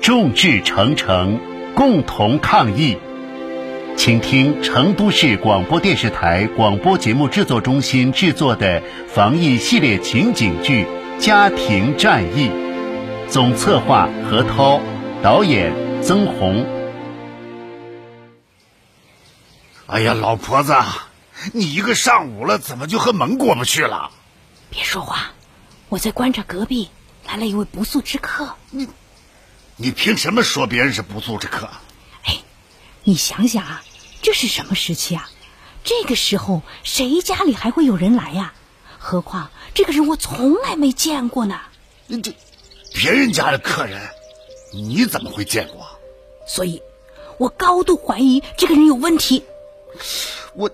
众志成城，共同抗疫。请听成都市广播电视台广播节目制作中心制作的防疫系列情景剧《家庭战役》，总策划何涛，导演曾红。哎呀，老婆子，你一个上午了，怎么就和门过不去了？别说话，我在观察隔壁来了一位不速之客。你凭什么说别人是不速之客？啊哎你想想啊，这是什么时期啊？这个时候谁家里还会有人来呀、何况这个人我从来没见过呢，你这别人家的呃客人，你怎么会见过？所以，我高度怀疑这个人有问题。我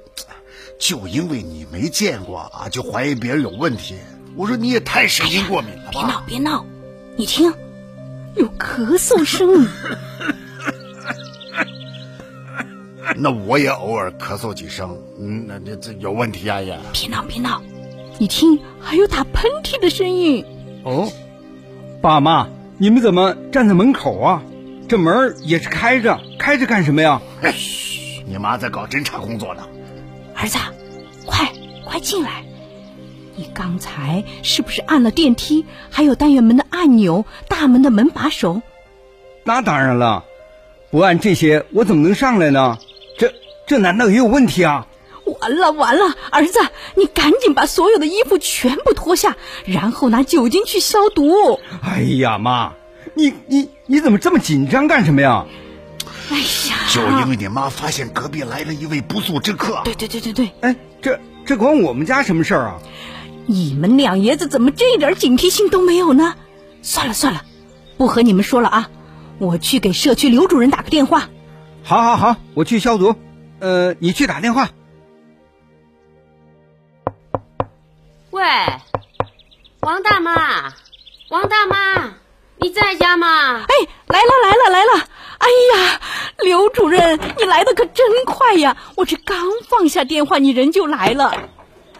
就因为你没见过啊，就怀疑别人有问题。我说你也太神经过敏了别闹，吧？别闹，你听，有咳嗽声。 那我也偶尔咳嗽几声，嗯，那这这有问题啊也。别闹，别闹，你听，还有打喷嚏的声音。哦，爸妈，你们怎么站在门口啊？这门儿也是开着，开着干什么呀？你妈在搞侦查工作呢。儿子，快快进来！你刚才是不是按了电梯，还有单元门的按钮、大门的门把手？那当然了，不按这些我怎么能上来呢？这这难道也有问题啊？完了完了，儿子，你赶紧把所有的衣服全部脱下，然后拿酒精去消毒。哎呀妈，你你你怎么这么紧张干什么呀？哎呀，就因为你妈发现隔壁来了一位不速之客，对对对对对，哎，这这关我们家什么事儿啊？你们两爷子怎么这点警惕性都没有呢？算了算了，不和你们说了啊，我去给社区刘主任打个电话。好好好，我去消毒。呃，你去打电话。喂，王大妈，王大妈，你在家吗？哎，来了来了来了！哎呀，刘主任，你来的可真快呀！我这刚放下电话，你人就来了。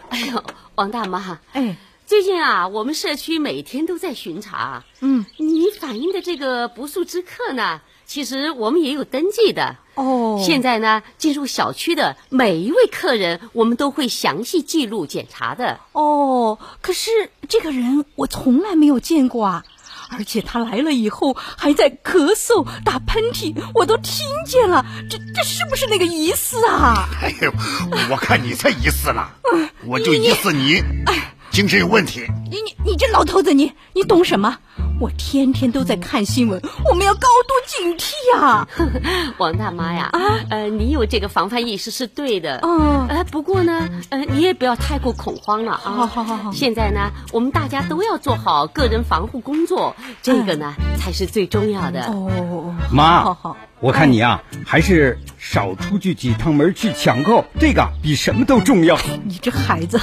哎呦，王大妈，哎，最近啊，我们社区每天都在巡查。嗯，你反映的这个不速之客呢，其实我们也有登记的。哦现在呢，进入小区的每一位客人，我们都会详细记录检查的。哦，可是这个人我从来没有见过啊，而且他来了以后还在咳嗽、打喷嚏，我都听见了。这这是不是那个疑似啊？哎呦，我看你才疑似呢，我就疑似你精神有问题。你你你这老头子，你你懂什么？我天天都在看新闻，我们要高度警惕呀、王大妈呀，啊，呃，你有这个防范意识是对的。哦呃，不过呢，呃，你也不要太过恐慌了啊。好好好好现在呢，我们大家都要做好个人防护工作，这个呢、才是最重要的。哎哦，妈，好好。我看你啊，还是少出去几趟门去抢购，这个比什么都重要。你这孩子，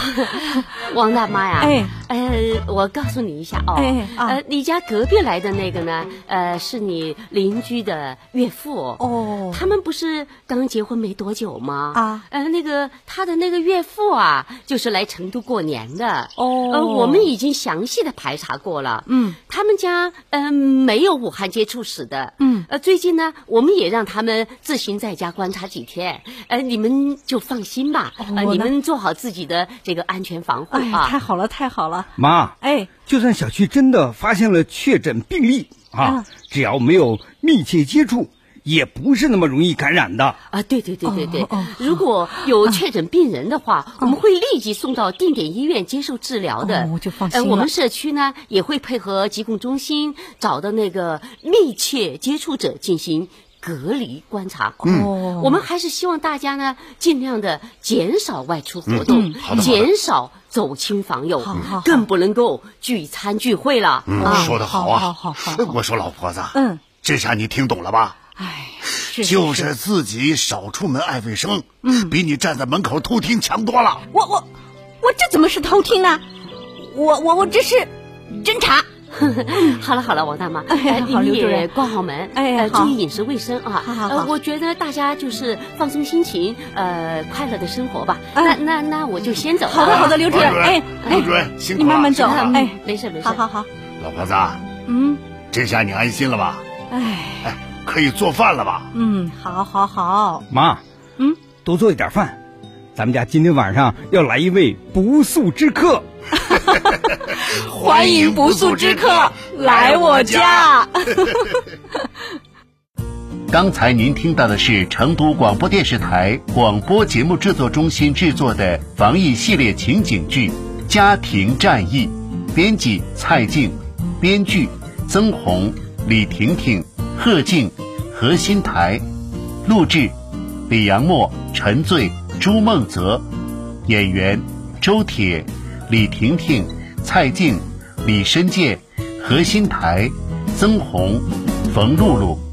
王大妈呀，哎，呃，我告诉你一下哦，哎啊呃，你家隔壁来的那个呢，呃，是你邻居的岳父。哦他们不是刚结婚没多久吗？啊呃，那个他的那个岳父啊，就是来成都过年的。哦呃，我们已经详细的排查过了。嗯，他们家嗯、呃没有武汉接触史的。嗯，呃，最近呢，我们也让他们自行在家观察几天。呃，你们就放心吧。哦呃，我你呢们做好自己的这个安全防护哎，啊。太好了，太好了，妈，哎，就算小区真的发现了确诊病例啊，啊只要没有密切接触，也不是那么容易感染的。啊，对对对对对，哦哦嗯如果有确诊病人的话，我们会立即送到定点医院接受治疗的。哦我就放心呃。我们了社区呢也会配合疾控中心找到那个密切接触者进行隔离观察。哦嗯我们还是希望大家呢尽量的减少外出活嗯动，好的好的减少走亲访友，好好好更不能够聚餐聚会了。嗯，啊说的啊，好好好好好我说老婆子，嗯，这下你听懂了吧？哎，是就是自己少出门爱卫生，嗯，比你站在门口偷听强多了。我我我这怎么是偷听呢？我我我这是侦查。好了好了，王大妈，哎呃好你刘主也任关好门，哎呃好注意饮食卫生啊。好好呃好我觉得大家就是放松心情，呃，快乐的生活吧。嗯那那那我就先走了。嗯好的好的，，刘主任，啊王主哎任哎王主任，辛苦你慢慢走辛苦了哎没事没事。好好好，老婆子，啊嗯，这下你安心了吧？哎哎，哎，可以做饭了吧？嗯，好，好，好，妈，嗯，多做一点饭。咱们家今天晚上要来一位不速之客，欢迎不速之客来我家。刚才您听到的是成都广播电视台广播节目制作中心制作的防疫系列情景剧《家庭战役》，编辑蔡静，编剧曾红、李婷婷、贺静、何新台，录制李阳墨、陈醉、朱梦泽，演员周铁、李婷婷、蔡静、李申健、何新台、曾红、冯露露。